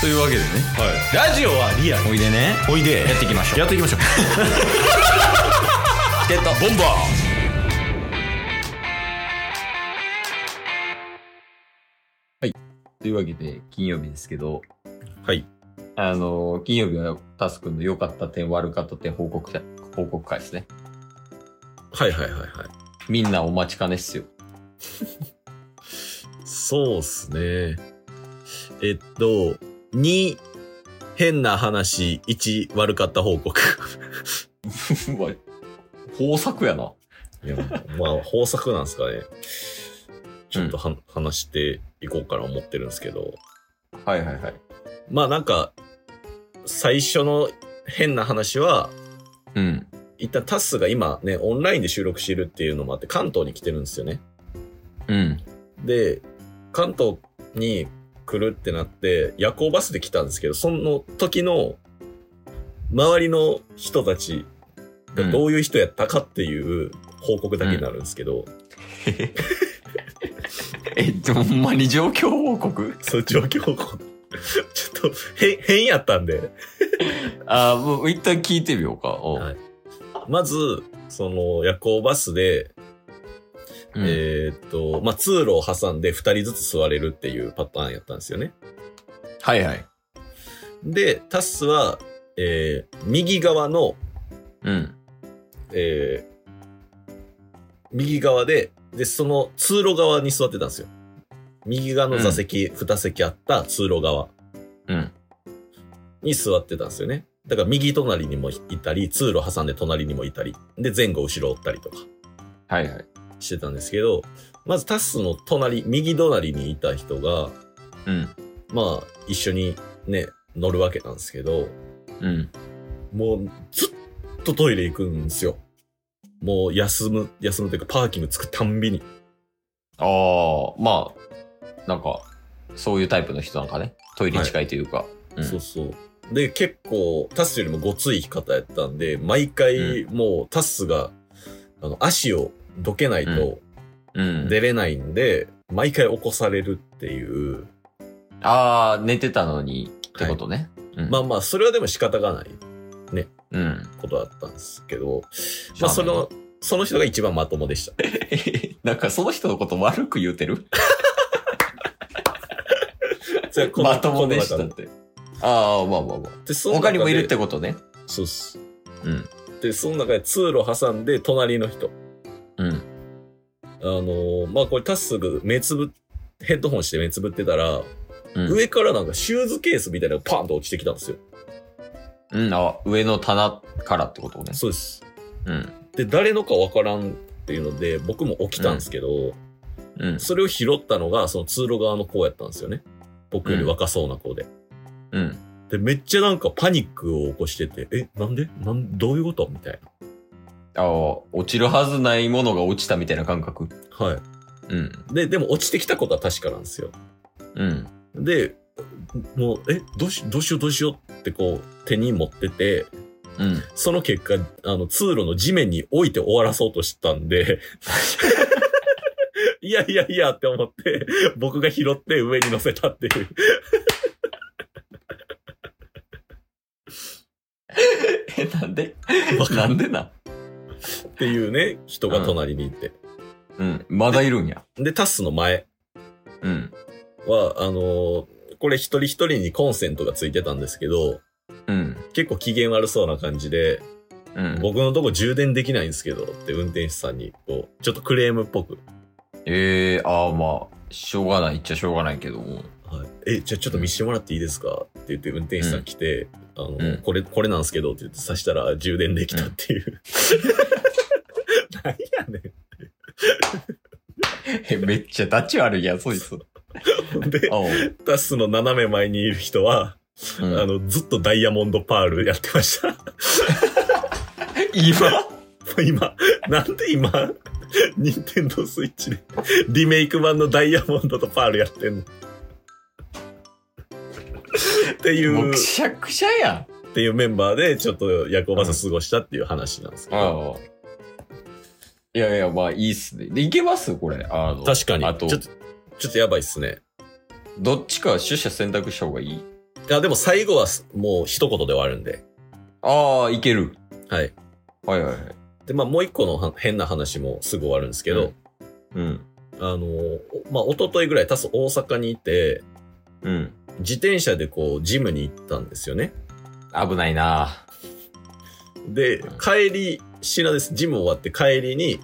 というわけでねラジオはリアルおいでねおいでやっていきましょうやっていきましょうチケットボンバーはいというわけで金曜日ですけどはいあのー金曜日はタスクの良かった点悪かった点報告会報告会ですねはいはいはいはいみんなお待ちかねっ すよそうっすねえっと2変な話1悪かった報 告うわ豊作やないやまあ豊作なんですかねちょっとは、話していこうかな思ってるんですけどはいはいはいまあなんか最初の変な話はうん一旦タスが今ねオンラインで収録してるっていうのもあって関東に来てるんですよねうんで、関東に来るってなって、夜行バスで来たんですけど、その時の、周りの人たちがどういう人やったかっていう報告だけになるんですけど、えほんまに状況報告その状況報告。 ちょっと、変、変やったんで。あーもう一旦聞いてみようかおうはいまず、その、夜行バスで、うんえーっと、まあ、通路を挟んで二人ずつ座れるっていうパターンやったんですよね。はいはいで、タスは、えー右側のうんえー右側で、で、その通路側に座ってたんですよ。右側の座席、二、席あった通路側うんに座ってたんですよね。だから右隣にもいたり、通路挟んで隣にもいたり、で、前後後ろおったりとかはいはいしてたんですけど、まずタスの隣、右隣にいた人が、うんまあ、一緒にね、乗るわけなんですけど、うんもうずっとトイレ行くんですよ。もう休む、休むというかパーキングつくたんびに。ああ、まあ、なんか、そういうタイプの人なんかね。トイレに近いというか。うんそうそう。で、結構、タスよりもごつい方やったんで、毎回、もう、タスが、あの、足をどけないとうん。出れないんで、毎回起こされるっていう。ああ、寝てたのにってことね。うんまあまあ、それはでも仕方がないうん。ことだったんですけど、しゃまあないあ、その、その人が一番まともでした。 なんかその人のこと悪く言うてるそれはこの まともでしたこっの中て。ああ、まあまあまあ。でその中他でにもいるってことね。そうっす。うん。で、その中で通路挟んで、隣の人。うん。あのーまあ、これタスが目つぶ、ヘッドホンして目つぶってたら、うん。上からなんかシューズケースみたいなのがパンと落ちてきたんですよ。うん、あ上の棚からってことね。そうです。うん。で、誰のかわからんっていうので、僕も起きたんですけど、うん。それを拾ったのが、その通路側の子やったんですよね。僕より若そうな子で。うん。で、めっちゃなんかパニックを起こしてて、え、なんでなんどういうことみたいな。ああ、落ちるはずないものが落ちたみたいな感覚。はうん。い。で、でも落ちてきたことは確かなんですよ。うん。で、もう、え、どうし、どうしようどうしようってこう、手に持ってて、うん。その結果、あの、通路の地面に置いて終わらそうとしたんで、 いやいやいやって思って、僕が拾って上に乗せたっていう。え、なんでわかんなんでなっていうね、人が隣にいて。うん。まだいるんや。で、タスの前うん。は、あのーこれ一人一人にコンセントがついてたんですけど、うん。結構機嫌悪そうな感じで、うん。僕のとこ充電できないんですけどって運転手さんに、こう、ちょっとクレームっぽく、ええああ、まあ、しょうがないっちゃしょうがないけども。 はい、え、じゃあちょっと見してもらっていいですかって言って運転手さん来て、あの、うんこれ、これなんですけどって言って刺したら充電できたっ ていう。なんやねえ、めっちゃ立ち悪いやん、そいつ。ん。で、あおう、タスの斜め前にいる人は、うんあの、ずっとダイヤモンドパールやってました。 も今う今、なんで今、ニンテンドースイッチでリメイク版のダイヤモンドとパールやってんのっていもう、うっくしゃくしゃやん。ていうメンバーで、ちょっと夜行バス過ごしたっていう話なんですけど。ああ。いやいや、まあいいっすね。で、いけますこれ。あの、確かに。あとちょ、っと、ちょっとやばいっすね。どっちか取捨選択した方がいいや、でも最後はすもう一言で終わるんで。ああ、いける。はい。はいはいはい。で、まあもう一個のは変な話もすぐ終わるんですけど、うん。あの、おまあ一昨日ぐらい、たす大阪にいて、うん。自転車でこう、ジムに行ったんですよね。危ないなで、帰り、品です。ジム終わって帰りに、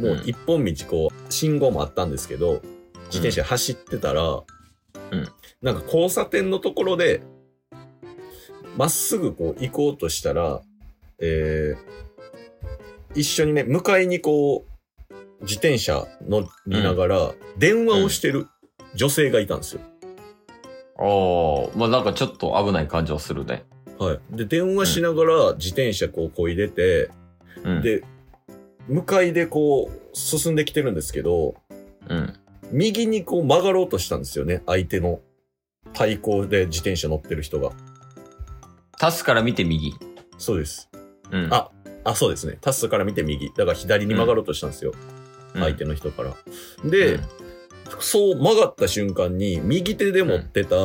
もう一本道こう、信号もあったんですけど、自転車走ってたら、うんなんか交差点のところで、まっすぐこう行こうとしたら、えー一緒にね、迎えにこう、自転車乗りながら、電話をしてる女性がいたんですよ。ああ、まあなんかちょっと危ない感じはするね。はい。で、電話しながら自転車こうこいでて、うん。で、向かいでこう、進んできてるんですけど、うん。右にこう曲がろうとしたんですよね、相手の。対向で自転車乗ってる人が。タスから見て右。そうです。うん。ああ、そうですね。タスから見て右。だから左に曲がろうとしたんですよ、うん、相手の人から。で、うんそう曲がった瞬間に、右手で持ってた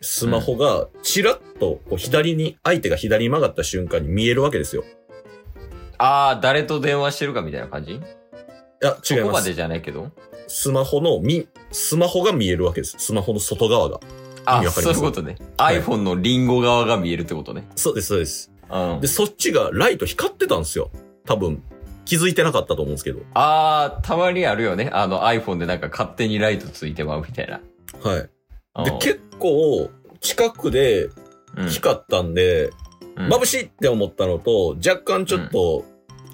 スマホが、ちらっとこう左に、相手が左に曲がった瞬間に見えるわけですよ。ああ、誰と電話してるかみたいな感じいや、違いそこまますで。じゃないけど。スマホの、み、スマホが見えるわけです。スマホの外側が。意味あわかりそまうすいうことね。はい iPhone のリンゴ側が見えるってことね。そうです、そうです。うんで、。そっちがライト光ってたんですよ。多分。気づいてなかったと思うんですけど。ああ、たまにあるよね。あの iPhone でなんか勝手にライトついてまうみたいな。はい。うんで、結構、近くで光ったんで、うん眩しいって思ったのと、若干ちょっと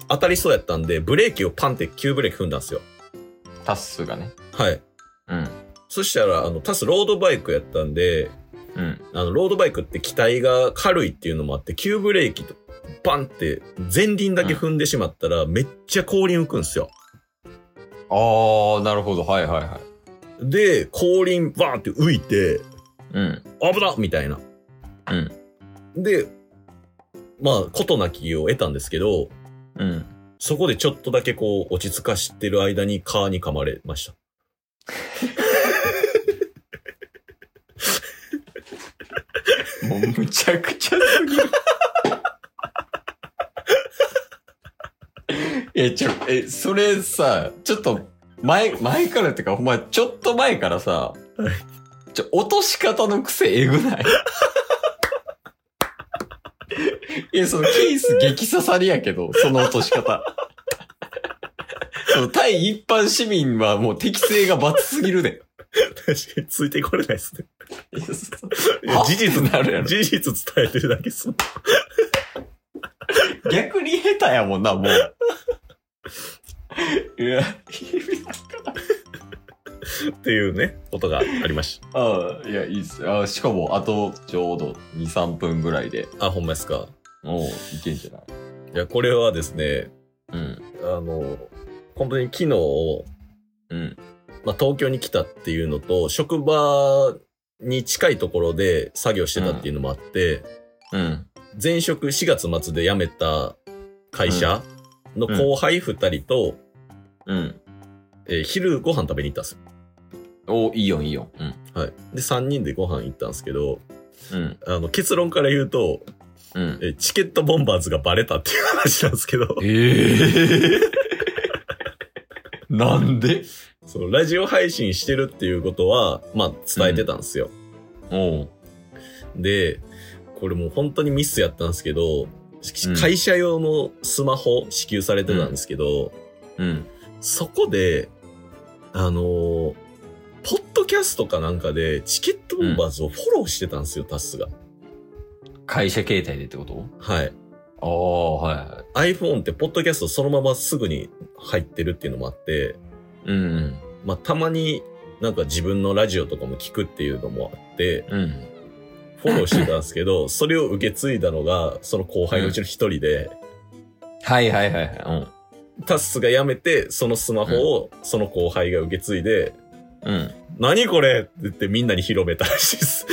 当たりそうやったんで、ブレーキをパンって急ブレーキ踏んだんですよ。タッスがね。はい。うん。そしたら、あの、タスロードバイクやったんで、うん。あの、ロードバイクって機体が軽いっていうのもあって、急ブレーキと、パンって前輪だけ踏んでしまったら、めっちゃ後輪浮くんですよ。ああ、なるほど。はいはいはい。で、後輪バーンって浮いて、うん。危なっみたいな。で、まあ、ことなきを得たんですけど、うん。そこでちょっとだけこう、落ち着かしてる間に蚊に噛まれました。うん。もうむちゃくちゃすぎる。え、ちょ、え、それさ、ちょっと、前、前からってか、お前、ちょっと前からさ、ちょ、落とし方の癖えぐない いや、そのケース激刺さりやけど、その落とし方。その対一般市民はもう適性が罰すぎるで。確かに、ついてこれないですね。いやは事実なるやろ事実伝えてるだけです。逆に下手やもんな、もう。 いや、っていうね、ことがありましああ、いや、いいっす。ああしかも、あと、ちょうど2、3分ぐらいで、た。あ、ほんまですか。もう、いけんじゃないいや、これはですね、うん。あの、本当に昨日、うん。まあ、東京に来たっていうのと、職場に近いところで作業してたっていうのもあって、うん。前職4月末で辞めた会社の後輩2人と、うん。えー昼ご飯食べに行ったんですよ。おいいよ、いいよ。うん。はい。で、3人でご飯行ったんですけど、うん。あの、結論から言うと、うん。えーチケットボンバーズがバレたっていう話なんですけど、ええ なんでそのラジオ配信してるっていうことは、まあ、伝えてたんですよ。おう。で、これもう本当にミスやったんですけど、しうん会社用のスマホ支給されてたんですけど、うん。そこで、あのーポッドキャストかなんかで、チケットボンバーズをフォローしてたんですよ、タスが。会社携帯でってことはい。ああ、はいはい。 iPhone って、ポッドキャストそのまますぐに入ってるっていうのもあって、うん。まあ、たまになんか自分のラジオとかも聞くっていうのもあって、うん。フォローしてたんですけど、それを受け継いだのが、その後輩のうちの一人で、はいはいはいはい。タスが辞めて、そのスマホをその後輩が受け継いで、うん。うん。何これって言ってみんなに広めたらしいです。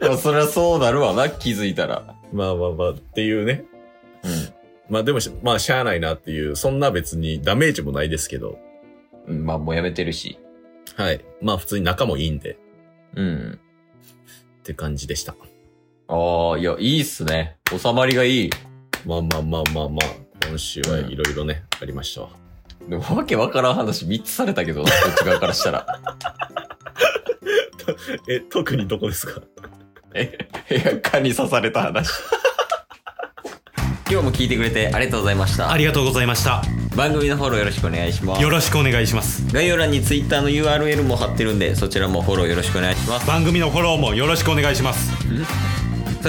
でもそりゃそうなるわな、気づいたら。まあまあまあ、っていうね。うまあでもし、まあしゃあないなっていう、そんな別にダメージもないですけど。ん。まあもうやめてるし。はい。まあ普通に仲もいいんで、うん。って感じでした。ああ、いや、いいっすね。収まりがいい。まあまあまあまあまあ、今週はいろいろね、ありましたわ。でも、わけわからん話3つされたけどな、こっち側からした ら。え、特にどこですかいや、蚊に刺された話。 今日も聞いてくれてありがとうございました。ありがとうございました番組のフォローよろしくお願いしますよ。ろしくお願いします概要欄に Twitter の URL も貼ってるんで、そちらもフォローよろしくお願いします。番組のフォローもよろしくお願いしますそ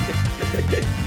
す